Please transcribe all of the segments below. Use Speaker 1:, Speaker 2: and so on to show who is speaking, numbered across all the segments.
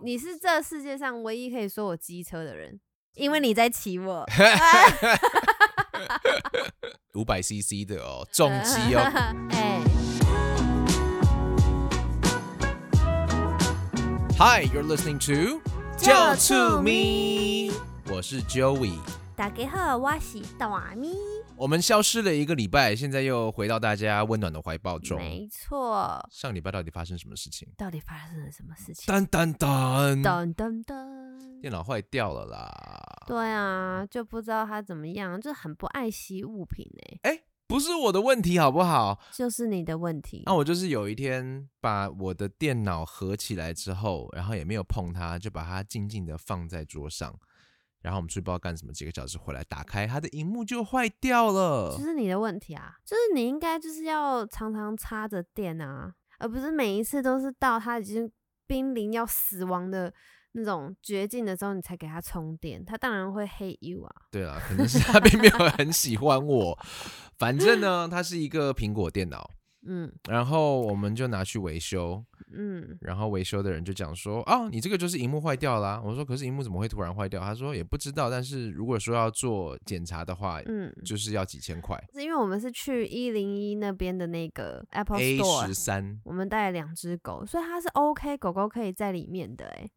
Speaker 1: 你是这世界上唯一可以说我机车的人，因
Speaker 2: 嗯
Speaker 1: 为你在骑 我。
Speaker 2: 五百 CC 的哦，重击哦。
Speaker 1: 哎
Speaker 2: Hi, you're listening to
Speaker 1: 叫
Speaker 2: 醋
Speaker 1: 醋
Speaker 2: 咪，我是 Joey。
Speaker 1: 打给好，我是大咪。
Speaker 2: 我们消失了一个礼拜，现在又回到大家温暖的怀抱中。
Speaker 1: 没错，
Speaker 2: 上礼拜到底发生什么事情？
Speaker 1: 到底发生了什么事情？
Speaker 2: 噔噔噔，
Speaker 1: 噔噔噔。
Speaker 2: 电脑坏掉了啦！
Speaker 1: 对啊，就不知道他怎么样，就很不爱惜物品哎、
Speaker 2: 不是我的问题，好不好？
Speaker 1: 就是你的问题。
Speaker 2: 那我就是有一天把我的电脑合起来之后，然后也没有碰它，就把它静静的放在桌上。然后我们出去不知道干什么，几个小时回来打开它的荧幕就坏掉了
Speaker 1: 就。是你的问题啊，就是你应该就是要常常插着电啊，而不是每一次都是到它已经濒临要死亡的那种绝境的时候，你才给它充电，它当然会 hate you 啊。
Speaker 2: 对啦，可能是他并没有很喜欢我。反正呢，它是一个苹果电脑，
Speaker 1: 嗯
Speaker 2: 然后我们就拿去维修，
Speaker 1: 嗯，
Speaker 2: 然后维修的人就讲说：“哦，你这个就是荧幕坏掉啦。”我说：“可是荧幕怎么会突然坏掉？”他说：“也不知道，但是如果说要做检查的话，
Speaker 1: 嗯，
Speaker 2: 就是要几千块。
Speaker 1: 是因为我们是去一零一那边的那个 Apple
Speaker 2: ”A
Speaker 1: Store，
Speaker 2: 十三，
Speaker 1: 我们带了两只狗，所以它是 OK，狗狗可以在里面的、欸。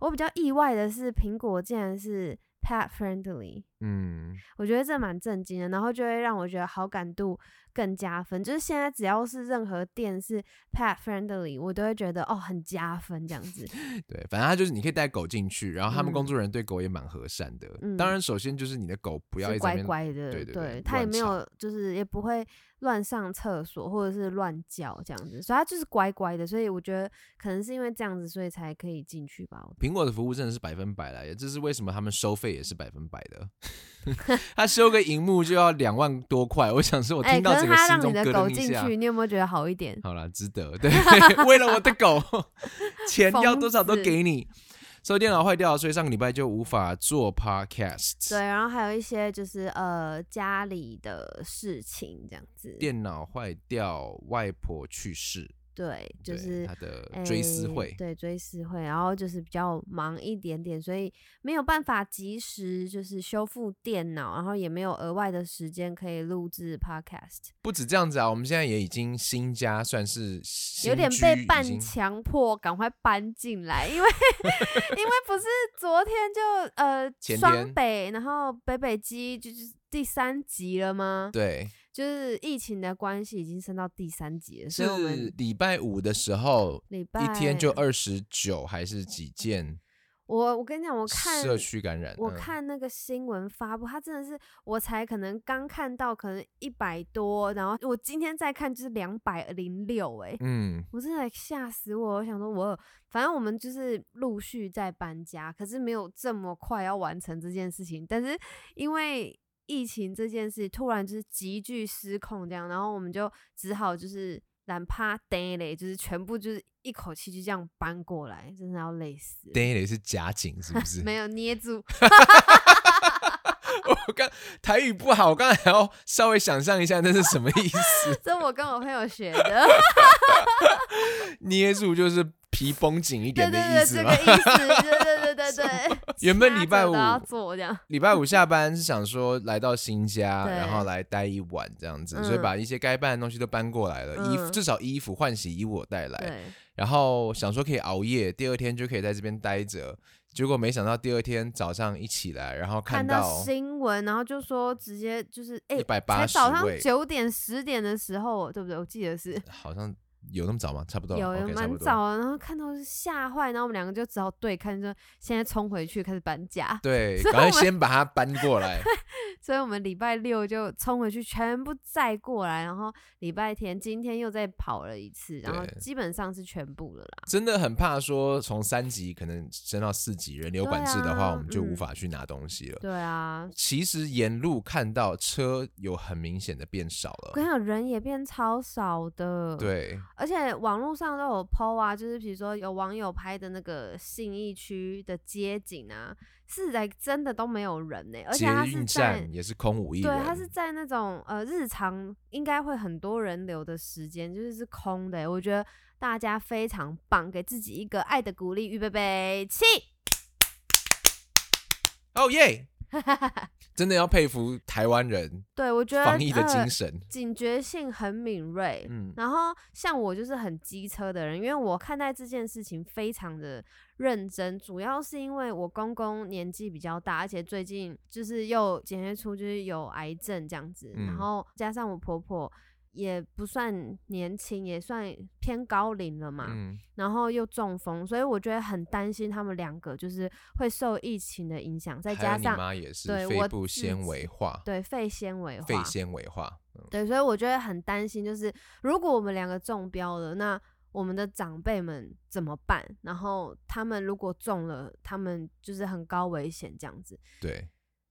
Speaker 1: 我比较意外的是，苹果竟然是 pet friendly，
Speaker 2: 嗯，
Speaker 1: 我觉得这蛮震惊的，然后就会让我觉得好感度更加分。就是现在只要是任何店是 pet friendly，我都会觉得哦很加分这样子。
Speaker 2: 对，反正他就是你可以带狗进去，然后他
Speaker 1: 嗯
Speaker 2: 们工作人员对狗也蛮和善的。
Speaker 1: 嗯
Speaker 2: 当然，首先就是你的狗不要一
Speaker 1: 是
Speaker 2: 直在那
Speaker 1: 乖
Speaker 2: 边
Speaker 1: 乖的，
Speaker 2: 对对对
Speaker 1: 它也
Speaker 2: 乱
Speaker 1: 没有就是也不会乱上厕所或者是乱叫这样子，所以它就是乖乖的，所以我觉得可能是因为这样子，所以才可以进去吧。我
Speaker 2: 苹果的服务真的是百分百了，也这是为什么他们收费也是百分百的。 他修个荧幕就要两万多块，我想说，我
Speaker 1: 哎、
Speaker 2: 听到
Speaker 1: 可是
Speaker 2: 整个
Speaker 1: 它
Speaker 2: 心
Speaker 1: 让
Speaker 2: 中
Speaker 1: 你的
Speaker 2: 咯
Speaker 1: 狗
Speaker 2: 噔一
Speaker 1: 进
Speaker 2: 下。
Speaker 1: 去，你有没有觉得好一 点？
Speaker 2: 好了，值得。对，为了我的狗，钱要多少都给你。所以电脑坏掉，所以上个礼拜就无法做 podcast。
Speaker 1: 对，，然后还有一些就是呃家里的事情这样子，
Speaker 2: 电脑坏掉，外婆去世，
Speaker 1: 对，就
Speaker 2: 对
Speaker 1: 是
Speaker 2: 她的追思
Speaker 1: 诶
Speaker 2: 会。
Speaker 1: 哎对追思会，然后就是比较忙一点点，所以没有办法及时就是修复电脑，然后也没有额外的时间可以录制 podcast，
Speaker 2: 不止这样子啊，我们现在也已经新家，算是
Speaker 1: 有
Speaker 2: 新
Speaker 1: 点
Speaker 2: 居
Speaker 1: 被
Speaker 2: 已
Speaker 1: 半
Speaker 2: 经
Speaker 1: 强迫赶快搬进来，因为 因为不是昨天就呃
Speaker 2: 前
Speaker 1: 双
Speaker 2: 天
Speaker 1: 北，然后北北基就是第三集了吗？
Speaker 2: 对。
Speaker 1: 就是疫情的关系已经升到第三集了，所
Speaker 2: 是
Speaker 1: 以我们
Speaker 2: 礼拜五的时候，
Speaker 1: 礼拜
Speaker 2: 一天就二十九还是几件
Speaker 1: 我我跟你讲，我看
Speaker 2: 社区感染？
Speaker 1: 我
Speaker 2: 嗯
Speaker 1: 看那个新闻发布，它真的是我才可能刚看到，可能一百多，然后我今天再看就是两百零六，哎，
Speaker 2: 嗯，
Speaker 1: 我真的吓死我！我想说我，反正我们就是陆续在搬家，可是没有这么快要完成这件事情，但是因为。疫情这件事突然就是急剧失控，这样，然后我们就只好就是懒趴呆嘞，就是全部就是一口气就这样搬过来，真的要累死了。
Speaker 2: ，daily 是假警是不是？
Speaker 1: 没有捏住，
Speaker 2: 我刚台语不好，我刚才还要稍微想象一下那是什么意思。
Speaker 1: 这我跟我朋友学的。
Speaker 2: 捏住就是皮绷紧一
Speaker 1: 对
Speaker 2: 点的
Speaker 1: 对
Speaker 2: 意
Speaker 1: 对，
Speaker 2: 思
Speaker 1: 这
Speaker 2: 吗
Speaker 1: 个？意思，对对对对对。
Speaker 2: 原本礼
Speaker 1: 掐
Speaker 2: 拜
Speaker 1: 着都要
Speaker 2: 五
Speaker 1: 做这样，
Speaker 2: 礼拜五下班是想说来到新家，
Speaker 1: 对
Speaker 2: 然后来待一晚这样子，所以
Speaker 1: 嗯
Speaker 2: 把一些该搬的东西都搬过来了，衣服
Speaker 1: 嗯
Speaker 2: 至少衣服换洗衣我带来，
Speaker 1: 对，
Speaker 2: 然后想说可以熬夜，第二天就可以在这边待着。结果没想到第二天早上一起来，然后
Speaker 1: 看
Speaker 2: 到
Speaker 1: 新闻，然后就说直接就是哎，才
Speaker 2: 180
Speaker 1: 早上
Speaker 2: 位
Speaker 1: 九点十点的时候，对不对？我记得是
Speaker 2: 好像有那么早吗？差不多，
Speaker 1: 有
Speaker 2: o
Speaker 1: 有
Speaker 2: k 差
Speaker 1: 蛮
Speaker 2: 不多。
Speaker 1: 早的，然后看到是吓坏，然后我们两个就只好对看，就现在冲回去开始搬家，
Speaker 2: 对，
Speaker 1: 所以
Speaker 2: 赶快
Speaker 1: 我们
Speaker 2: 先把它搬过来。
Speaker 1: 所以我们礼拜六就冲回去全部载过来，然后礼拜天今天又再跑了一次，然后
Speaker 2: 对
Speaker 1: 基本上是全部了啦。
Speaker 2: 真的很怕说从三级可能升到四级人流管制的
Speaker 1: 对
Speaker 2: 话，
Speaker 1: 啊
Speaker 2: 我们就无
Speaker 1: 嗯
Speaker 2: 法去拿东西了。
Speaker 1: 对啊，
Speaker 2: 其实沿路看到车有很明显的变少
Speaker 1: 我跟
Speaker 2: 了，
Speaker 1: 你讲，人也变超少的。，
Speaker 2: 对，
Speaker 1: 而且网络上都有 PO 啊，就是比如说有网友拍的那个信义区的街景啊，是来真的都没有人呢、而且
Speaker 2: 捷
Speaker 1: 它是在
Speaker 2: 运站也是空无一
Speaker 1: 对，它是
Speaker 2: 人。
Speaker 1: 在那种呃日常应该会很多人流的时间，就是是空的欸、我觉得大家非常棒，给自己一个爱的鼓励，预备备起！
Speaker 2: 哦 耶！真的要佩服台湾人
Speaker 1: 对我觉得
Speaker 2: 防疫的精
Speaker 1: 呃
Speaker 2: 神。
Speaker 1: 警觉性很敏锐，
Speaker 2: 嗯
Speaker 1: 然后像我就是很机车的人，因为我看待这件事情非常的认真，主要是因为我公公年纪比较大，而且最近就是又检验出就是有癌症这样子，
Speaker 2: 嗯
Speaker 1: 然后加上我婆婆也不算年轻，也算偏高龄了嘛，
Speaker 2: 嗯，
Speaker 1: 然后又中风，所以我觉得很担心他们两个就是会受疫情的影响，再
Speaker 2: 还有
Speaker 1: 加
Speaker 2: 你
Speaker 1: 上
Speaker 2: 妈也是
Speaker 1: 对
Speaker 2: 肺
Speaker 1: 我
Speaker 2: 部
Speaker 1: 自
Speaker 2: 纤
Speaker 1: 己
Speaker 2: 维化，
Speaker 1: 对肺纤维
Speaker 2: 肺
Speaker 1: 化，
Speaker 2: 纤维化。嗯
Speaker 1: 对，所以我就会很担心，就是如果我们两个中标了，那我们的长辈们怎么办？然后他们如果中了，他们就是很高危险这样子，
Speaker 2: 对，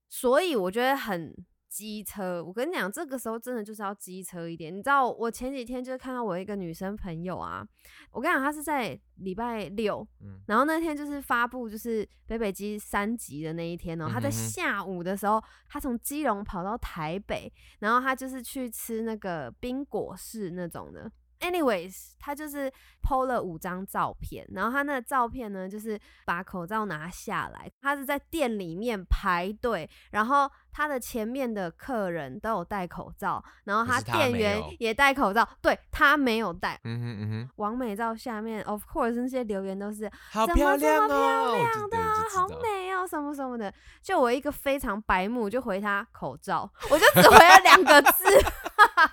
Speaker 1: 所以我觉得很机车。我跟你讲，这个时候真的就是要机车一点。你知道，我前几天就是看到我一个女生朋友啊，我跟你讲，她是在礼拜六，
Speaker 2: 嗯
Speaker 1: 然后那天就是发布就是北北基三级的那一天哦、
Speaker 2: 嗯
Speaker 1: 他在
Speaker 2: 哼哼
Speaker 1: 下午的时候，他从基隆跑到台北，然后他就是去吃那个冰果室那种的。Anyways，他就是 PO 了五张照片，然后他那照片呢，就是把口罩拿下来，他是在店里面排队，然后他的前面的客人都有戴口罩，然后
Speaker 2: 可是他
Speaker 1: 店
Speaker 2: 没
Speaker 1: 员
Speaker 2: 有
Speaker 1: 也戴口罩，对他没有戴。
Speaker 2: 嗯哼嗯
Speaker 1: 王美照下面，of course 那些留言都是
Speaker 2: 哼，好
Speaker 1: 怎
Speaker 2: 漂
Speaker 1: 么这
Speaker 2: 亮
Speaker 1: 么
Speaker 2: 哦，
Speaker 1: 漂
Speaker 2: 就
Speaker 1: 亮的
Speaker 2: 对
Speaker 1: 啊
Speaker 2: 就知
Speaker 1: 好
Speaker 2: 道
Speaker 1: 美哦，什么什么的。就我一个非常白目，就回他口罩，我就只回了两个字。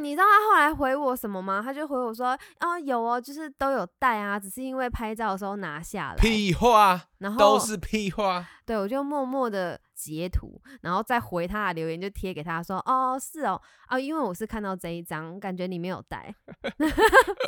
Speaker 1: 你知道他后来回我什么吗？他就回我说：“哦，有哦，就是都有带啊，只是因为拍照的时候拿下来。”
Speaker 2: 屁话，
Speaker 1: 然后
Speaker 2: 都是屁话。
Speaker 1: 对我就默默的截图，然后再回他的留言，就贴给他说：“哦，是哦，啊，因为我是看到这一张，感觉你没有带，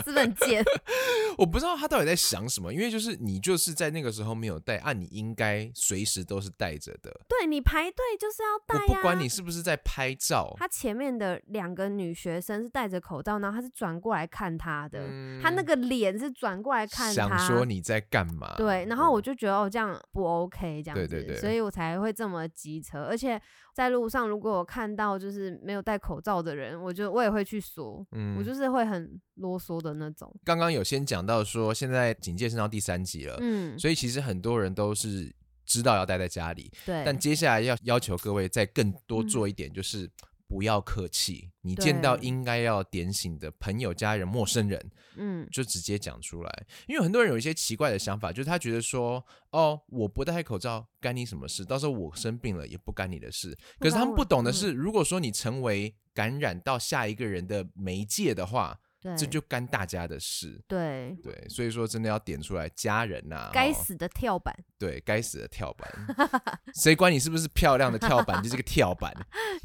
Speaker 1: 是不是很贱？
Speaker 2: 我不知道他到底在想什么，因为就是你就是在那个时候没有带啊，你应该随时都是带着的。
Speaker 1: 对你排队就是要带
Speaker 2: 我不
Speaker 1: 呀、
Speaker 2: 管你是不是在拍照，
Speaker 1: 他前面的两个女学生是戴着口罩，然后他是转过来看他的，他那
Speaker 2: 嗯
Speaker 1: 个脸是转过来看他。
Speaker 2: 想说你在干嘛？
Speaker 1: 对，然后我
Speaker 2: 嗯
Speaker 1: 就觉得哦，这样不 OK，这样
Speaker 2: 对
Speaker 1: 子，
Speaker 2: 对对
Speaker 1: 所以我才会这么机车。而且在路上，如果我看到就是没有戴口罩的人，我就我也会去说，
Speaker 2: 嗯
Speaker 1: 我就是会很啰嗦的那种。
Speaker 2: 刚刚有先讲到说，现在警戒升到第三级了，
Speaker 1: 嗯，
Speaker 2: 呃所以其实很多人都是知道要待在家里，
Speaker 1: 对，
Speaker 2: 但接下来要要求各位再更多
Speaker 1: 嗯
Speaker 2: 做一点，就是不要客气，你见到
Speaker 1: 对
Speaker 2: 应该要点醒的朋友、家人、陌生人，
Speaker 1: 嗯，
Speaker 2: 就直接讲出来。因为很多人有一些奇怪的想法，就是他觉得说，哦，我不戴口罩干你什么事？到时候我生病了也不干你的事。
Speaker 1: 不
Speaker 2: 可是他
Speaker 1: 干
Speaker 2: 们
Speaker 1: 我
Speaker 2: 不懂的
Speaker 1: 嗯
Speaker 2: 是，如果说你成为感染到下一个人的媒介的话，
Speaker 1: 对，
Speaker 2: 这就干大家的事。
Speaker 1: 对，
Speaker 2: 对，所以说真的要点出来家人呐、
Speaker 1: 该
Speaker 2: 哦
Speaker 1: 死的跳板，
Speaker 2: 对该死的跳板， 谁管你是不是漂亮的跳板，就是个跳板。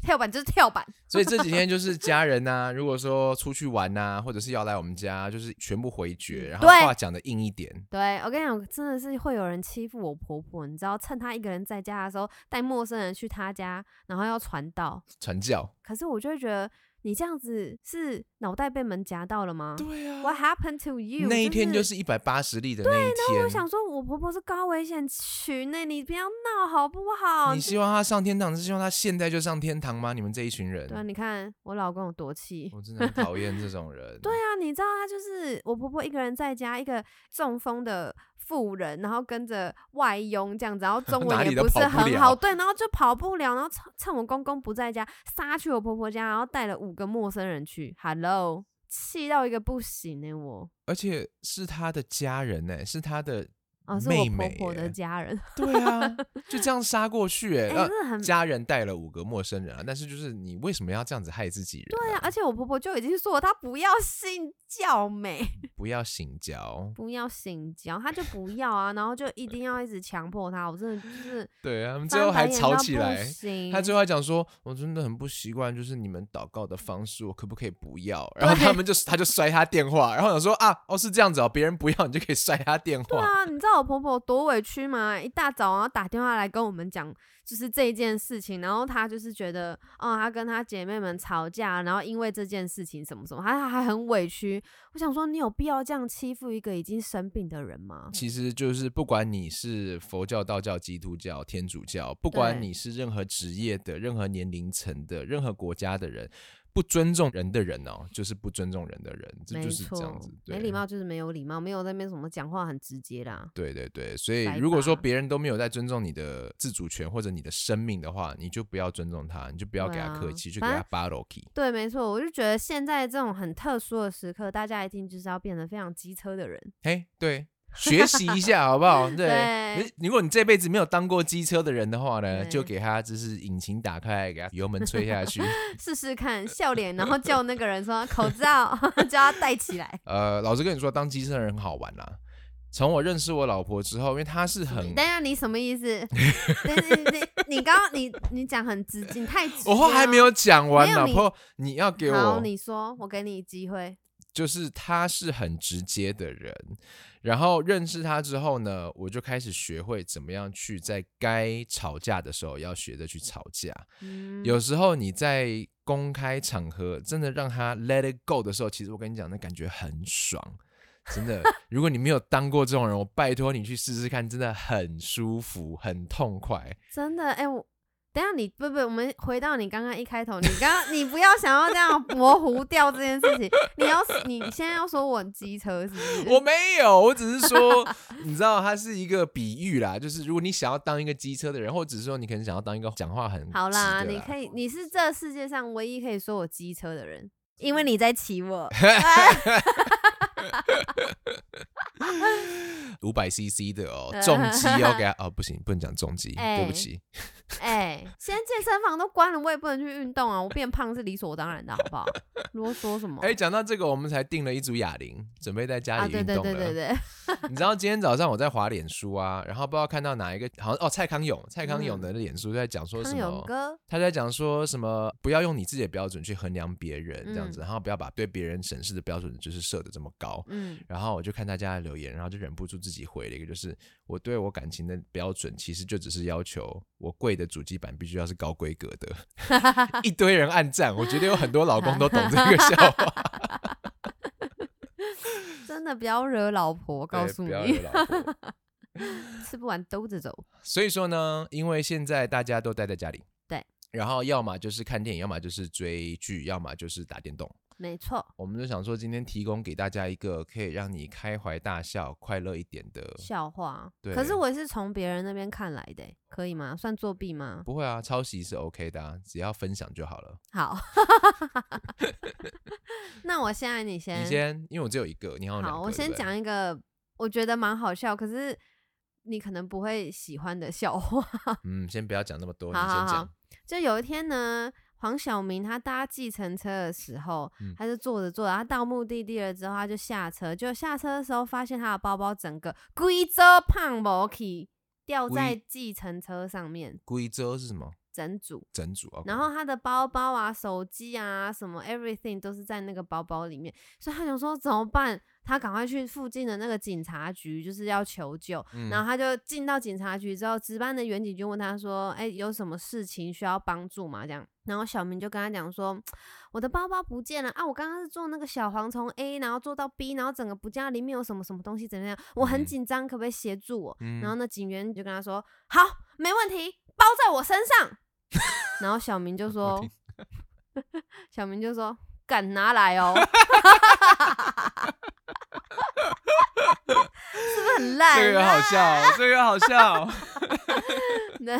Speaker 1: 跳板就是跳板，
Speaker 2: 所以这几天就是家人呐、如果说出去玩呐、或者是要来我们家，就是全部回绝，
Speaker 1: 嗯
Speaker 2: 然后
Speaker 1: 对
Speaker 2: 话讲的硬一点。
Speaker 1: 对我跟你讲，真的是会有人欺负我婆婆，你知道，趁她一个人在家的时候，带陌生人去她家，然后要传道。
Speaker 2: 传教，
Speaker 1: 可是我就会觉得，你这样子是脑袋被门夹到了吗
Speaker 2: 对啊
Speaker 1: ？What happened to you？。
Speaker 2: 那一天就是是一百八十例的那一
Speaker 1: 我
Speaker 2: 天。
Speaker 1: 想说，我婆婆是高危险群呢、你不要闹好不好？
Speaker 2: 你希望他上天堂，是希望他现在就上天堂吗？你们这一群人，
Speaker 1: 对啊，你看我老公有多气。
Speaker 2: 我真的很讨厌这种人。
Speaker 1: 对啊，你知道她就是我婆婆一个人在家，一个中风的妇人，然后跟着外佣这样子，然后 中
Speaker 2: 哪
Speaker 1: 文
Speaker 2: 里
Speaker 1: 也
Speaker 2: 都
Speaker 1: 不是
Speaker 2: 跑不
Speaker 1: 很
Speaker 2: 了
Speaker 1: 好，对，然后就跑不了，然后趁趁我公公不在家，杀去我婆婆家，然后带了五个陌生人去，Hello，气到一个不行呢、我
Speaker 2: 而且是他的家人呢、是他 的
Speaker 1: 哦，是
Speaker 2: 妹
Speaker 1: 我
Speaker 2: 妹
Speaker 1: 婆婆
Speaker 2: 耶
Speaker 1: 的家人，
Speaker 2: 对啊，就这样杀过去、欸，
Speaker 1: 哎、
Speaker 2: 那
Speaker 1: 真的很
Speaker 2: 家人带了五个陌生人啊，但是就是你为什么要这样子害自己人、
Speaker 1: 对啊，而且我婆婆就已经说她不要信教美，
Speaker 2: 不要醒哦 教。
Speaker 1: 不要信教，她就不要啊，然后就一定要一直强迫她，我真的就是
Speaker 2: 对啊，他们最
Speaker 1: 翻
Speaker 2: 后
Speaker 1: 白
Speaker 2: 还
Speaker 1: 眼
Speaker 2: 吵
Speaker 1: 到
Speaker 2: 起
Speaker 1: 不
Speaker 2: 来。
Speaker 1: 行
Speaker 2: 他最后还讲说：“我真的很不习惯，就是你们祷告的方式，我可不可以不要？”然后他们就他就摔他电话，然后想说：“啊，哦是这样子哦，别人不要你就可以摔他电
Speaker 1: 对
Speaker 2: 话。
Speaker 1: 啊，你知道我婆婆多委屈吗？一大早然后打电话来跟我们讲，就是这一件事情，然后她就是觉得，哦，她跟她姐妹们吵架，然后因为这件事情什么什么，她她还很委屈。我想说，你有必要这样欺负一个已经生病的人吗？
Speaker 2: 其实就是不管你是佛教、道教、基督教、天主教，不管
Speaker 1: 对
Speaker 2: 你是任何职业的、任何年龄层的、任何国家的人，不尊重人的人哦，就是不尊重人的人，这
Speaker 1: 没
Speaker 2: 就是这
Speaker 1: 错
Speaker 2: 样子，，对
Speaker 1: 没礼貌就是没有礼貌，没有在那边什么讲话很直接啦。
Speaker 2: 对对对，所以
Speaker 1: 来
Speaker 2: 如果说
Speaker 1: 吧
Speaker 2: 别人都没有在尊重你的自主权或者你的生命的话，你就不要尊重他，你就不要
Speaker 1: 对
Speaker 2: 给他客
Speaker 1: 啊
Speaker 2: 气，就给
Speaker 1: 反
Speaker 2: 他
Speaker 1: 正
Speaker 2: battle key。
Speaker 1: 对，没错，我就觉得现在这种很特殊的时刻，大家一定就是要变得非常机车的人。
Speaker 2: 嘿，对，学习一下好不好？对，
Speaker 1: 对
Speaker 2: 你如果你这辈子没有当过机车的人的话呢，就
Speaker 1: 对
Speaker 2: 给他就是引擎打开，给他油门吹下去。
Speaker 1: 试试看，笑脸，然后叫那个人说口罩， 叫他戴起来。
Speaker 2: 呃，老实跟你说，当机车的人很好玩啦。从我认识我老婆之后，因为她是很
Speaker 1: 等一，下，你什么意思？ 等你你你刚刚你你讲很直，你太直。
Speaker 2: 我话还没有。讲完，
Speaker 1: 没有
Speaker 2: 老
Speaker 1: 你
Speaker 2: 婆你要给
Speaker 1: 好，
Speaker 2: 我，
Speaker 1: 你说，我给你机会。
Speaker 2: 就是她是很直接的人。然后认识她之后呢，我就开始学会怎么样去在该吵架的时候要学着去吵架。
Speaker 1: 嗯，
Speaker 2: 有时候你在公开场合真的让他 let it go 的时候，其实我跟你讲，那感觉很爽，真 的。如果你没有当过这种人，我拜托你去试试看，真的很舒服，很痛快。
Speaker 1: 真的，哎、我等一下你不不，我们回到你刚刚一开头，你刚 刚你不要想要这样模糊掉这件事情， 你要你现在要说我很机车是不是？
Speaker 2: 我没有，我只是说，你知道，它是一个比喻啦，就是如果你想要当一个机车的人，或者是说你可能想要当一个讲话很
Speaker 1: 好啦，
Speaker 2: 直的
Speaker 1: 你
Speaker 2: 啦
Speaker 1: 可以，你是这世界上唯一可以说我机车的人，因为你在骑 我。
Speaker 2: 五百 CC 的哦，重击要 给他哦，不行，不能讲重击，对
Speaker 1: 嗯
Speaker 2: 不
Speaker 1: 哎
Speaker 2: 起。
Speaker 1: 哎、现在健身房都关了，我也不能去运动啊！我变胖是理所当然的，好不好？啰嗦什么？
Speaker 2: 哎，讲到这个，我们才订了一组哑铃，准备在家
Speaker 1: 啊，
Speaker 2: 里
Speaker 1: 对
Speaker 2: 运动
Speaker 1: 对
Speaker 2: 了。
Speaker 1: 对对对，
Speaker 2: 你知道今天早上我在滑脸书啊，然后不知道看到哪一个，好像哦蔡康永，蔡康永的脸书在讲说
Speaker 1: 嗯
Speaker 2: 什
Speaker 1: 康永
Speaker 2: 么，
Speaker 1: 哥，
Speaker 2: 他在讲说什么不要用你自己的标准去衡量别人这样
Speaker 1: 嗯
Speaker 2: 子，然后不要把对别人审视的标准就是设的这么高。
Speaker 1: 嗯，
Speaker 2: 然后我就看大家的留言，然后就忍不住自己回了一个，就是我对我感情的标准其实就只是要求我贵的主机板必须要是高规格 的。一堆人暗赞，我觉得有很多老公都懂这个笑话。
Speaker 1: 真的不要惹老婆，我 告
Speaker 2: 对
Speaker 1: 诉
Speaker 2: 不要
Speaker 1: 你，
Speaker 2: 惹老婆。
Speaker 1: 吃不完兜着走。
Speaker 2: 所以说呢，因为现在大家都待在家里，
Speaker 1: 对，
Speaker 2: 然后要么就是看电影，要么就是追剧，要么就是打电动。
Speaker 1: 没错，
Speaker 2: 我们就想说，今天提供给大家一个可以让你开怀大笑、快乐一点的。
Speaker 1: 笑话。
Speaker 2: 对
Speaker 1: 可是我是从别人那边看来的欸，可以吗？算作弊吗？
Speaker 2: 不会啊，抄袭是 OK 的、啊，只要分享就好了。
Speaker 1: 好， 那我现在你先，
Speaker 2: 你先，因为我只有一个，你好像有两
Speaker 1: 好，
Speaker 2: 个
Speaker 1: 我先。
Speaker 2: 对不对
Speaker 1: 讲一个我觉得蛮好笑，可是你可能不会喜欢的笑话。
Speaker 2: 嗯，先不要讲那么多，
Speaker 1: 好
Speaker 2: 你
Speaker 1: 好
Speaker 2: 先
Speaker 1: 好
Speaker 2: 讲。，
Speaker 1: 就有一天呢，黄晓明他搭计程车的时候，
Speaker 2: 嗯
Speaker 1: 他就坐着坐着，他到目的地了之后，他就下车，就下车的时候发现他的包包整个规则胖不起，掉
Speaker 2: 规
Speaker 1: 在计程车上面
Speaker 2: 规则是什么？
Speaker 1: 整组。
Speaker 2: 整组啊。
Speaker 1: 然后他的包包啊、手机啊、什么 everything 都是在那个包包里面，所以他想说怎么办？他赶快去附近的那个警察局，就是要求救。
Speaker 2: 嗯
Speaker 1: 然后他就进到警察局之后，值班的远警就问他说：“哎、有什么事情需要帮助吗？”这样，然后小明就跟他讲说：“我的包包不见了啊！我刚刚是坐那个小黄从 A 然后坐到 B，然后整个不见了，里面有什么什么东西怎么样？我很
Speaker 2: 嗯
Speaker 1: 紧张，可不可以协助我？”
Speaker 2: 嗯
Speaker 1: 然后那警员就跟他说：“好，没问题，包在我身上。”然后小 明就说
Speaker 2: 听：“
Speaker 1: 小明就说，敢拿来哦。” 是不是很烂、啊？
Speaker 2: 这个好笑，哦这个好笑。
Speaker 1: 那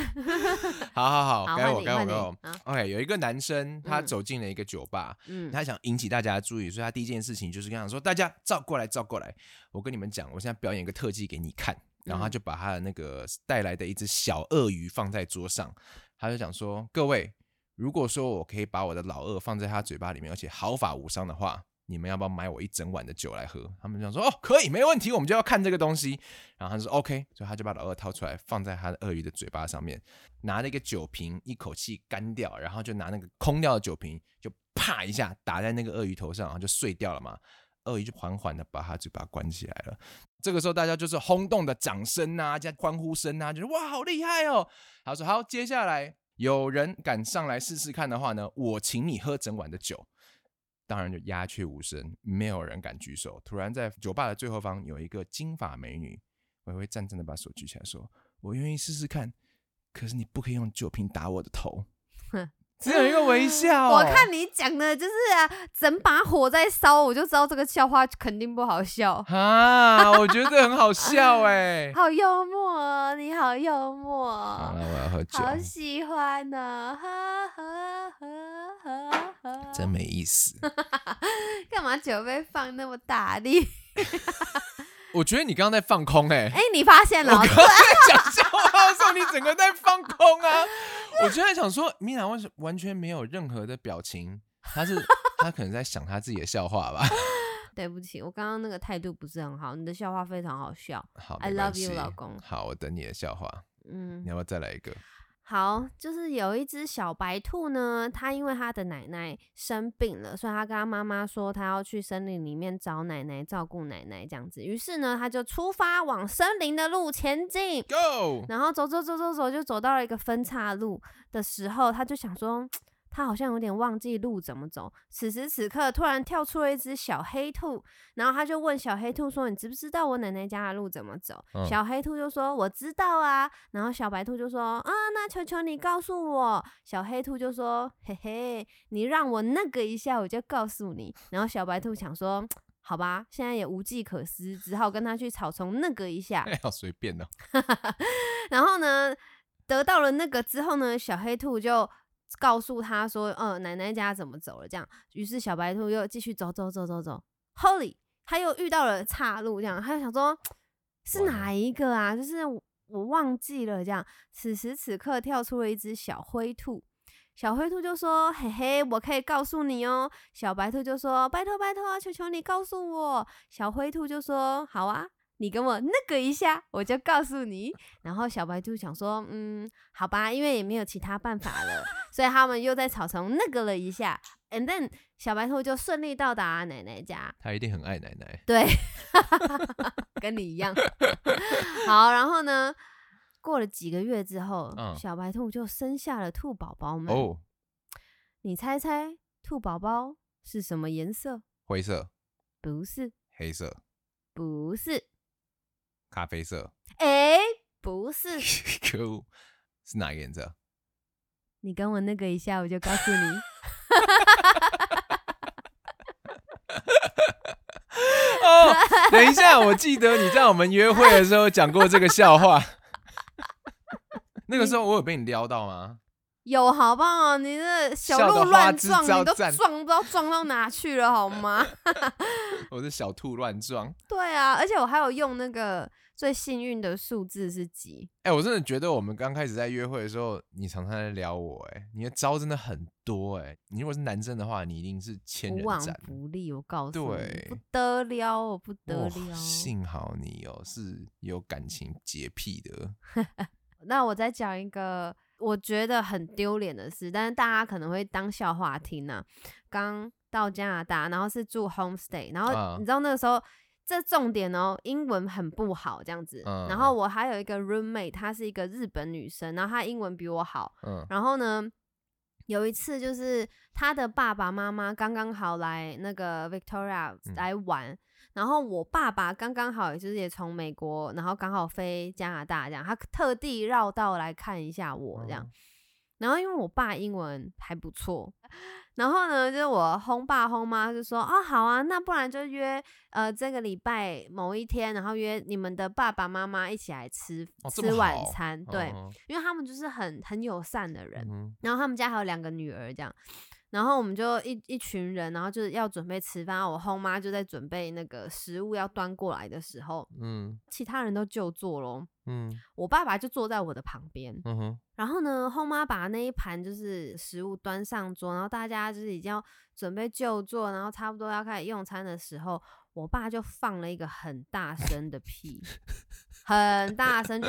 Speaker 2: 好好好，
Speaker 1: 好，
Speaker 2: 该
Speaker 1: 换
Speaker 2: 我
Speaker 1: 你，
Speaker 2: 该我
Speaker 1: 换
Speaker 2: 该我
Speaker 1: 你。啊，
Speaker 2: OK，有一个男生他
Speaker 1: 嗯
Speaker 2: 走进了一个酒吧，
Speaker 1: 嗯，
Speaker 2: 他想引起大家的注意，所以他第一件事情就是跟他说：“大家照过来，照过来，我跟你们讲，我现在表演一个特技给你看。”然后他
Speaker 1: 嗯
Speaker 2: 就把他的那个带来的一只小鳄鱼放在桌上，他就讲说：“各位，如果说我可以把我的老二放在他嘴巴里面，而且毫发无伤的话，你们要不要买我一整碗的酒来喝？”他们就想说：“哦，可以，没问题，我们就要看这个东西。”然后他就说 OK，所以他就把老二掏出来，放在他的鳄鱼的嘴巴上面，拿了一个酒瓶，一口气干掉，然后就拿那个空掉的酒瓶，就啪一下打在那个鳄鱼头上，然后就碎掉了嘛。鳄鱼就缓缓的把他嘴巴关起来了。这个时候，大家就是轰动的掌声啊，加欢呼声啊，就是哇，好厉害哦！他说好，接下来有人敢上来试试看的话呢，我请你喝整碗的酒。当然就鸦雀无声，没有人敢举手。突然，在酒吧的最后方有一个金发美女，微微战战的把手 举起来说：“我愿意试试看，可是你不可以用酒瓶打我的头。”只有一 个微笑。哦
Speaker 1: 我看你讲的就是、啊、整把火在烧，我就知道这个笑话肯定不好笑。
Speaker 2: 啊，我觉得很 好笑哎、
Speaker 1: 好幽默哦，你好幽默
Speaker 2: 好
Speaker 1: 哦，
Speaker 2: 了，我要喝酒，
Speaker 1: 好喜欢呢、呵呵呵呵呵。
Speaker 2: 真没意思。
Speaker 1: 干嘛酒杯放那么大力？
Speaker 2: 我觉得 你刚刚在放空哎、
Speaker 1: 哎、你发现了哦？
Speaker 2: 刚刚在讲笑话的时候，你整个在放空啊！我就在想说，米娜完全完全没有任何的表情，她是她可能在想她自己的笑话吧。
Speaker 1: 对不起，我刚刚那个态度不是很好，你的笑话非常好笑。
Speaker 2: 好
Speaker 1: I
Speaker 2: 没关
Speaker 1: love you，
Speaker 2: 系
Speaker 1: 老公
Speaker 2: 好，我等你的笑话。
Speaker 1: 嗯
Speaker 2: 你，要不要再来一个？
Speaker 1: 好，就是有一只小白兔呢，它因为它的奶奶生病了，所以它跟它妈妈说，它要去森林里面找奶奶，照顾奶奶这样子。于是呢，它就出发往森林的路前进。
Speaker 2: Go！
Speaker 1: 然后走走走走走，就走到了一个分岔路的时候，他就想说，他好像有点忘记路怎么走。此时此刻，突然跳出了一只小黑兔，然后他就问小黑兔说：“你知不知道我奶奶家的路怎么走？”
Speaker 2: 嗯
Speaker 1: 小黑兔就说：“我知道啊。”然后小白兔就说：“啊，那求求你告诉我。”小黑兔就说：“嘿嘿，你让我那个一下，我就告诉你。”然后小白兔想说。好吧，现在也无计可施，只好跟他去草丛那个一下。
Speaker 2: 哎，好随便哦。
Speaker 1: 然后呢，得到了那个之后呢，小黑兔就告诉他说：“呃，奶奶家怎么走了？”这样，于是小白兔又继续走走走走走。Holy，他又遇到了岔路，这样他就想说是
Speaker 2: 完了
Speaker 1: 哪一个啊？就是我我忘记了。这样，此时此刻跳出了一只小灰兔。小灰兔就说：“嘿嘿，我可以告诉你哦。”小白兔就说：“拜托拜托，求求你告诉我。”小灰兔就说：“好啊，你跟我那个一下，我就告诉你。”然后小白兔想说：“嗯，好吧，因为也没有其他办法 了。”所以他们又在草丛那个了一下，and then 小白兔就顺利到达奶奶家。
Speaker 2: 她一定很爱奶奶。
Speaker 1: 对，跟你一样。 好，然后呢？过了几个月之后，
Speaker 2: 嗯
Speaker 1: 小白兔就生下了兔宝宝们。
Speaker 2: 哦，
Speaker 1: 你猜猜兔宝宝是什么颜色？
Speaker 2: 灰色、
Speaker 1: 不是，
Speaker 2: 黑色、
Speaker 1: 不是，
Speaker 2: 咖啡色，
Speaker 1: 哎、不是。
Speaker 2: 可恶，是哪个颜色？
Speaker 1: 你跟我那个一下，我就告诉你。
Speaker 2: 哦， 等一下，我记得你在我们约会的时候讲过这个笑话。那个时候我有被你撩到吗？
Speaker 1: 有好不好？你这小
Speaker 2: 笑
Speaker 1: 鹿
Speaker 2: 得花
Speaker 1: 乱
Speaker 2: 枝
Speaker 1: 撞，你
Speaker 2: 招
Speaker 1: 都
Speaker 2: 展
Speaker 1: 撞不知道撞到哪去了，好吗？
Speaker 2: 我是小兔乱撞。
Speaker 1: 对啊，而且我还有用那个最幸运的数字是几？
Speaker 2: 哎、我真的觉得我们刚开始在约会的时候，你常常在撩我、哎，你的招真的很多、哎，你如果是男生的话，你一定是千
Speaker 1: 无
Speaker 2: 人
Speaker 1: 往
Speaker 2: 斩。
Speaker 1: 不利，我告诉你
Speaker 2: 对，
Speaker 1: 不得了，我不得
Speaker 2: 哦
Speaker 1: 了。
Speaker 2: 幸好你哦是有感情洁癖的，
Speaker 1: 那我再讲一个我觉得很丢脸的事，但是大家可能会当笑话听啊。刚到加拿大，然后是住 homestay，然后
Speaker 2: 啊
Speaker 1: 你知道那个时候。这重点哦，英文很不好这样子。
Speaker 2: 嗯
Speaker 1: 然后我还有一个 roommate，她是一个日本女生，然后她英文比我好，
Speaker 2: 嗯，
Speaker 1: 然后呢，有一次就是他的爸爸妈妈刚刚好来那个 Victoria
Speaker 2: 嗯
Speaker 1: 来玩，然后我爸爸刚刚好也就是也从美国，然后刚好飞加拿大这样，他特地绕道来看一下我这样。
Speaker 2: 嗯
Speaker 1: 然后因为我爸英文还不错，然后呢，就是我轰爸轰妈就说哦，好啊，那不然就约呃这个礼拜某一天，然后约你们的爸爸妈妈一起来吃、
Speaker 2: 哦这么
Speaker 1: 吃晚
Speaker 2: 好
Speaker 1: 餐，对，
Speaker 2: 嗯
Speaker 1: 因为他们就是很很友善的人，
Speaker 2: 嗯
Speaker 1: 然后他们家还有两个女儿这样，然后我们就一一群人，然后就是要准备吃饭，啊我后妈就在准备那个食物要端过来的时候，
Speaker 2: 嗯
Speaker 1: 其他人都就坐咯，
Speaker 2: 嗯
Speaker 1: 我爸爸就坐在我的旁边，
Speaker 2: 嗯哼，
Speaker 1: 然后呢，后妈把那一盘就是食物端上桌，然后大家就是已经要准备就坐，然后差不多要开始用餐的时候，我爸就放了一个很大声的屁，很大 声就。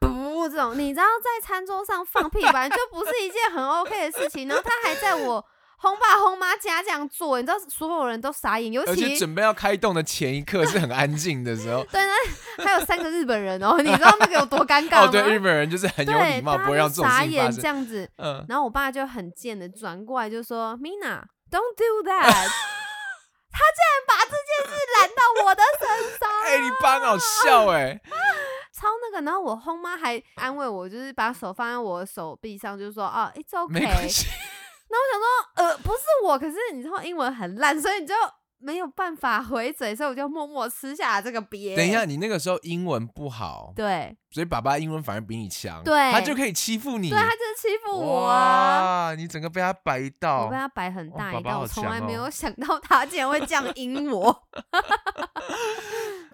Speaker 1: 不，这种你知道在餐桌上放屁，本来就不是一件很 OK 的事情。然后他还在我轰爸轰妈家这样做，你知道所有人都傻眼，尤
Speaker 2: 而且
Speaker 1: 其。
Speaker 2: 准备要开动的前一刻是很安静的时候
Speaker 1: 对，那还有三个日本人哦，你知道那个有多尴尬吗？
Speaker 2: 哦，对，日本人就是很有
Speaker 1: 对
Speaker 2: 礼貌，
Speaker 1: 大
Speaker 2: 不会
Speaker 1: 家
Speaker 2: 让
Speaker 1: 就
Speaker 2: 这种
Speaker 1: 傻
Speaker 2: 事情发
Speaker 1: 眼这
Speaker 2: 生。
Speaker 1: 样子。
Speaker 2: 嗯，
Speaker 1: 然后我爸就很贱的转过来就说：“Mina，don't do that。” 他竟然把这件事揽到我的身上，
Speaker 2: 哎、你爸很好笑
Speaker 1: 啊
Speaker 2: 哎、
Speaker 1: 超那个。然后我后妈还安慰我，就是把手放在我手臂上，就说：“哦，it's
Speaker 2: 没关
Speaker 1: okay。
Speaker 2: 系，”
Speaker 1: 然后我想说，呃，不是我，可是你知道英文很烂，所以你就没有办法回嘴，所以我就默默吃下了这个鳖。
Speaker 2: 等一下，，你那个时候英文不好，
Speaker 1: 对
Speaker 2: 所以爸爸英文反而比你强，
Speaker 1: 对
Speaker 2: 他就可以欺负你。
Speaker 1: 对，他就是欺负我啊。
Speaker 2: 哇，你整个被他白到，
Speaker 1: 我被他摆很
Speaker 2: 哦哇
Speaker 1: 大
Speaker 2: 爸
Speaker 1: 一
Speaker 2: 爸
Speaker 1: 道，
Speaker 2: 好
Speaker 1: 我从
Speaker 2: 强
Speaker 1: 来没
Speaker 2: 哦
Speaker 1: 有想到他竟然会这样阴我。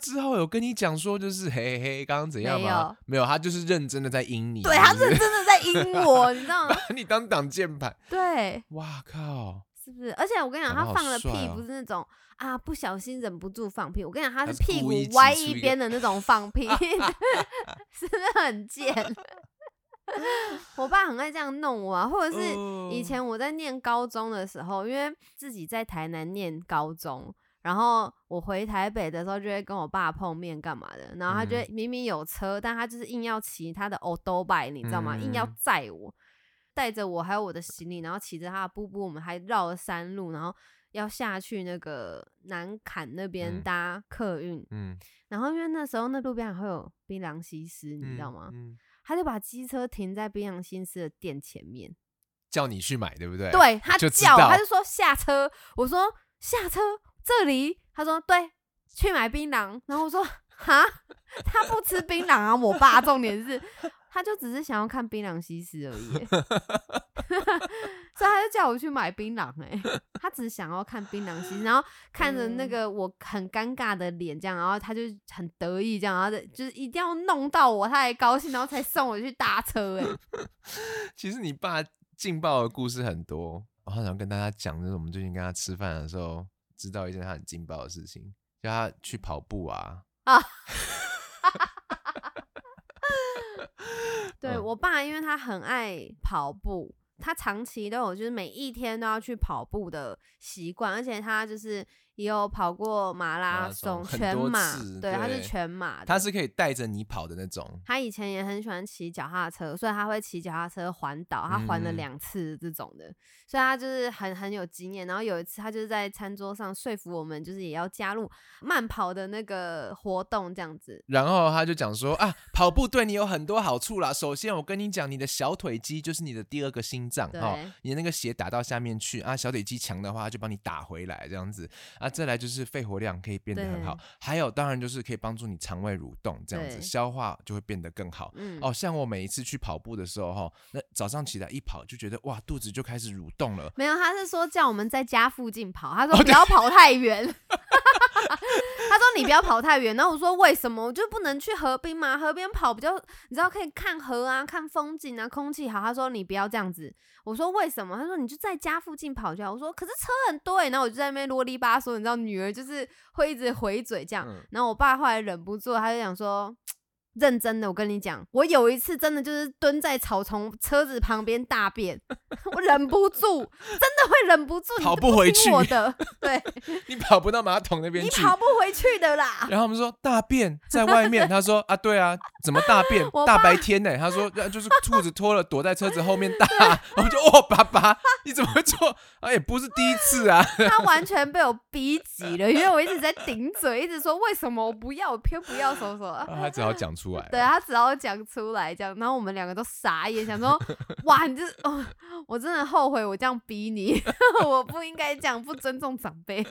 Speaker 2: 之后有跟你讲说，就是嘿嘿嘿，刚刚怎样
Speaker 1: 没
Speaker 2: 吗
Speaker 1: 有？
Speaker 2: 没有，他就是认真的在阴你，
Speaker 1: 对他
Speaker 2: 是不
Speaker 1: 认
Speaker 2: 是
Speaker 1: 真的在阴我，你知道吗？
Speaker 2: 把你当挡箭牌。
Speaker 1: 对，
Speaker 2: 哇靠，
Speaker 1: 是不是？而且我跟你讲，
Speaker 2: 长
Speaker 1: 他
Speaker 2: 得好
Speaker 1: 放的
Speaker 2: 帅
Speaker 1: 屁
Speaker 2: 哦
Speaker 1: 不是那种啊不小心忍不住放屁，我跟你讲，他
Speaker 2: 他
Speaker 1: 是
Speaker 2: 是
Speaker 1: 屁
Speaker 2: 故
Speaker 1: 股
Speaker 2: 意挤
Speaker 1: 歪
Speaker 2: 出一
Speaker 1: 一
Speaker 2: 个
Speaker 1: 边的那种放屁， 是不是很贱？ 我爸很爱这样弄我啊，或者是以
Speaker 2: 哦
Speaker 1: 前我在念高中的时候，因为自己在台南念高中，然后我回台北的时候就会跟我爸碰面干嘛的，然后
Speaker 2: 嗯
Speaker 1: 他就会明明有车，但他就是硬要骑他的 o d o b i 你知道吗？硬要
Speaker 2: 嗯
Speaker 1: 载我，带着我还有我的行李，然后骑着他的布布，我们还绕了山路，然后要下去那个南坎那边
Speaker 2: 嗯
Speaker 1: 搭客运，
Speaker 2: 嗯，
Speaker 1: 然后因为那时候那路边还会有槟榔西施，你知道
Speaker 2: 嗯
Speaker 1: 吗？
Speaker 2: 嗯
Speaker 1: 他就把机车停在槟榔西施的店前面。
Speaker 2: 叫你去买，对不对？，
Speaker 1: 对他
Speaker 2: 就
Speaker 1: 叫
Speaker 2: 知
Speaker 1: 我，
Speaker 2: 道
Speaker 1: 他就说下车。我说下车这里，他说对，去买槟榔。然后我说哈， 他不吃槟榔啊，我爸。重点是， 他就只是想要看槟榔西施而已 欸，所以他就叫我去买槟榔、欸。哎，他只想要看槟榔西施，然后看着
Speaker 2: 嗯
Speaker 1: 那个我很尴尬的脸，这样，然后他就很得意，这样，然后就是一定要弄到我，他才高兴，然后才送我去搭车、欸。哎，
Speaker 2: 其实你爸劲爆的故事很多，我好想跟大家讲，就是我们最近跟他吃饭的时候，知道一件他很劲爆的事情，叫他去跑步啊。
Speaker 1: 对、
Speaker 2: 嗯
Speaker 1: 我爸，因为他很爱跑步，他长期都有就是每一天都要去跑步的习惯，而且他就是也有跑过马
Speaker 2: 马
Speaker 1: 拉
Speaker 2: 拉
Speaker 1: 松、
Speaker 2: 松很
Speaker 1: 全
Speaker 2: 多
Speaker 1: 马，
Speaker 2: 次
Speaker 1: 对，他是
Speaker 2: 对
Speaker 1: 全马的。
Speaker 2: 他是可以带着你跑的那种，
Speaker 1: 他以前也很喜欢骑脚踏车，所以他会骑脚踏车环岛，他环了
Speaker 2: 嗯
Speaker 1: 两次这种的，所以他就是很很有经验。然后有一次，他就是在餐桌上说服我们，就是也要加入慢跑的那个活动这样子。
Speaker 2: 然后他就讲说啊，跑步对你有很多好处啦。首先，我跟你讲，你的小腿肌就是你的第二个心脏
Speaker 1: 对
Speaker 2: 哦，你的那个血打到下面去啊，小腿肌强的话就帮你打回来这样子啊。再来就是肺活量可以变得很好
Speaker 1: 对，
Speaker 2: 还有当然就是可以帮助你肠胃蠕动这样子，
Speaker 1: 对
Speaker 2: 消化就会变得更好。
Speaker 1: 嗯，
Speaker 2: 哦，像我每一次去跑步的时候，哈，那早上起来一跑就觉得哇，肚子就开始蠕动了。
Speaker 1: 没有，他是说叫我们在家附近跑，他说
Speaker 2: 哦
Speaker 1: 不要跑太远。他说你不要跑太远，然后我说为什么？我就不能去河边吗？河边跑比较，你知道可以看河啊，看风景啊，空气好。他说你不要这样子，我说为什么？他说你就在家附近跑就好。我说可是车很多欸，然后我就在那边啰里吧嗦，你知道女儿就是会一直回嘴这样。
Speaker 2: 嗯
Speaker 1: 然后我爸后来忍不住，他就想说。认真的，我跟你讲，我有一次真的就是蹲在草丛车子旁边大便， 我忍不住，真的会忍不住，你
Speaker 2: 跑
Speaker 1: 都
Speaker 2: 不
Speaker 1: 不
Speaker 2: 回
Speaker 1: 听
Speaker 2: 去
Speaker 1: 我的，对
Speaker 2: 你跑不到马桶那边
Speaker 1: 你
Speaker 2: 去。
Speaker 1: 跑不回去的啦。
Speaker 2: 然后我们说大便在外面，他说啊，对啊，怎么大便
Speaker 1: 我？
Speaker 2: 大
Speaker 1: 爸
Speaker 2: 白天呢、他说那就是裤子脱了，躲在车子后面大。我们就哦，爸爸，你怎么会做？啊，也不是第一 次啊。
Speaker 1: 他完全被我逼急了，因为我一直在顶嘴，一直说为什么我不要，我偏不要什么什么。
Speaker 2: 啊他只好讲出来。
Speaker 1: 对，他只要讲出来这样，然后我们两个都傻眼，想说哇，你这哦，我真的后悔我这样逼你， 我不应该这样，不尊重长辈。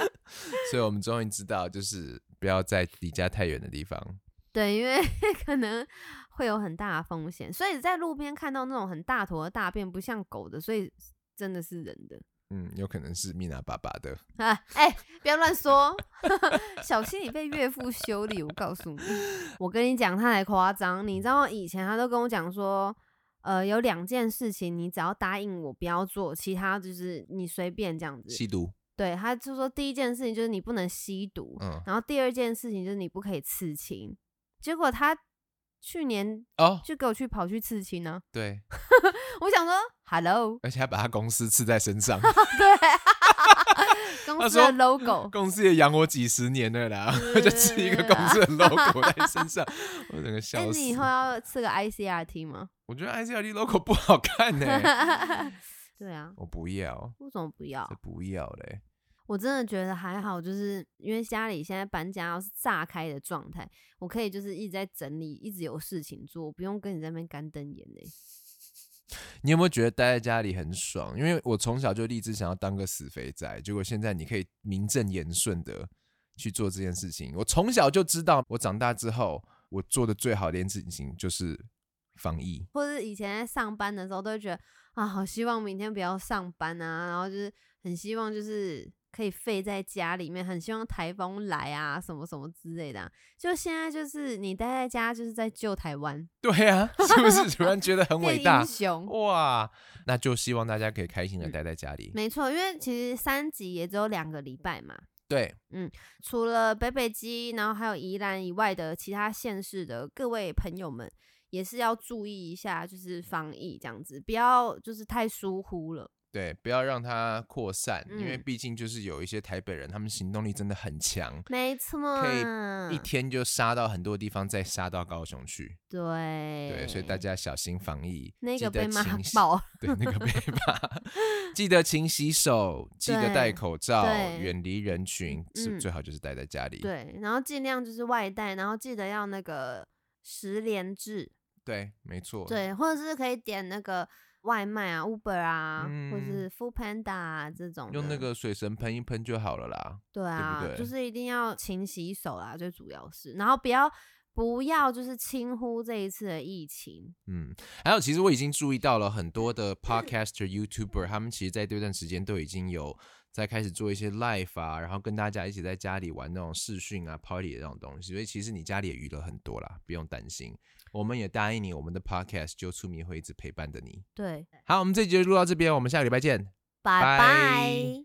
Speaker 2: 所以我们终于知道，就是不要在离家太远的地方。
Speaker 1: 对，因为 可能会有很大的风险，所以在路边看到那种很大坨的大便，不像狗的，所以真的是人的。
Speaker 2: 嗯，有可能是蜜娜爸爸的。
Speaker 1: 啊，哎、不要乱说， 小心你被岳父修理。我告诉你，我跟你讲，他才夸张。你知道以前他都跟我讲说，呃，有两件事情你只要答应我不要做，其他就是你随便这样子。
Speaker 2: 吸毒，
Speaker 1: 对，他就说第一件事情就是你不能吸毒，
Speaker 2: 嗯，
Speaker 1: 然后第二件事情就是你不可以刺青。结果他去年
Speaker 2: 哦，
Speaker 1: 就给我去跑去刺青呢、
Speaker 2: 对，
Speaker 1: 我想说，Hello，
Speaker 2: 而且还把他公司刺在身上，
Speaker 1: 对，公
Speaker 2: 他
Speaker 1: 司的
Speaker 2: 说
Speaker 1: logo，
Speaker 2: 公司也养我几十年了啦，我就刺一个公司的 logo 在身上，我整个
Speaker 1: 哎、
Speaker 2: 笑死
Speaker 1: 你以。后要吃个 ICRT 吗？
Speaker 2: 我觉得 ICRD logo 不好看呢、
Speaker 1: 对啊，
Speaker 2: 我不要，
Speaker 1: 为什么不要
Speaker 2: 这？不要嘞。
Speaker 1: 我真的觉得还好，就是因为家里现在搬家是炸开的状态，我可以就是一直在整理，一直有事情做，不用跟你在那边干瞪眼嘞、
Speaker 2: 你有没有觉得待在家里很爽？因为我从小就立志想要当个死肥宅，结果现在你可以名正言顺的去做这件事情。我从小就知道，我长大之后我做的最好的一件事情就是防疫。
Speaker 1: 或者是以前在上班的时候，都会觉得啊，好希望明天不要上班啊，然后就是很希望就是可以废在家里面，很希望台风来啊，什么什么之类的啊、就现在就是你待在家，就是在救台湾，
Speaker 2: 对啊， 是不是突然觉得很伟
Speaker 1: 变
Speaker 2: 大 哦
Speaker 1: 英？雄。
Speaker 2: 哇，那就希望大家可以开心的待在家里。
Speaker 1: 没错，因为其实三级也只有两个礼拜嘛，
Speaker 2: 对，
Speaker 1: 除了北北基，然后还有宜兰以外的其他县市的各位朋友们，也是要注意一下，就是防疫这样子，不要就是太疏忽了。
Speaker 2: 对，不要让它扩散，因为
Speaker 1: 嗯
Speaker 2: 毕竟就是有一些台北人，他们行动力真的很强，
Speaker 1: 没错，
Speaker 2: 可以一
Speaker 1: 嗯
Speaker 2: 天就杀到很多地方，再杀到高雄去。
Speaker 1: 对
Speaker 2: 对，所以大家小心防疫，
Speaker 1: 那
Speaker 2: 记
Speaker 1: 个
Speaker 2: 得
Speaker 1: 被骂
Speaker 2: 勤 洗
Speaker 1: 爆，
Speaker 2: 对，那个被 骂，记得勤洗手，记得
Speaker 1: 对
Speaker 2: 戴口罩，
Speaker 1: 对
Speaker 2: 远离人群，是、
Speaker 1: 嗯
Speaker 2: 最好就是待在家里。
Speaker 1: 对，然后尽量就是外带，然后记得要那个十连制，
Speaker 2: 对没错。，
Speaker 1: 对，或者是可以点那个外卖啊，Uber 啊，或
Speaker 2: 嗯
Speaker 1: 是 Food Panda 啊这种的，
Speaker 2: 用那个水神喷一喷就好了啦。
Speaker 1: 对啊，
Speaker 2: 对
Speaker 1: 就是一定要勤洗手啦，最主要是，然后不要不要就是轻忽这一次的疫情，
Speaker 2: 嗯，还有，其实我已经注意到了很多的 podcaster、YouTuber，他们其实在这段时间都已经有在开始做一些 live 啊，然后跟大家一起在家里玩那种视讯啊、party 的那种东西，所以其实你家里也娱乐很多啦，不用担心。我们也答应你，我们的 podcast 就出迷会一直陪伴着你。
Speaker 1: 对，
Speaker 2: 好，我们这集就录到这边，我们下个礼拜见。
Speaker 1: 拜
Speaker 2: 拜
Speaker 1: 拜。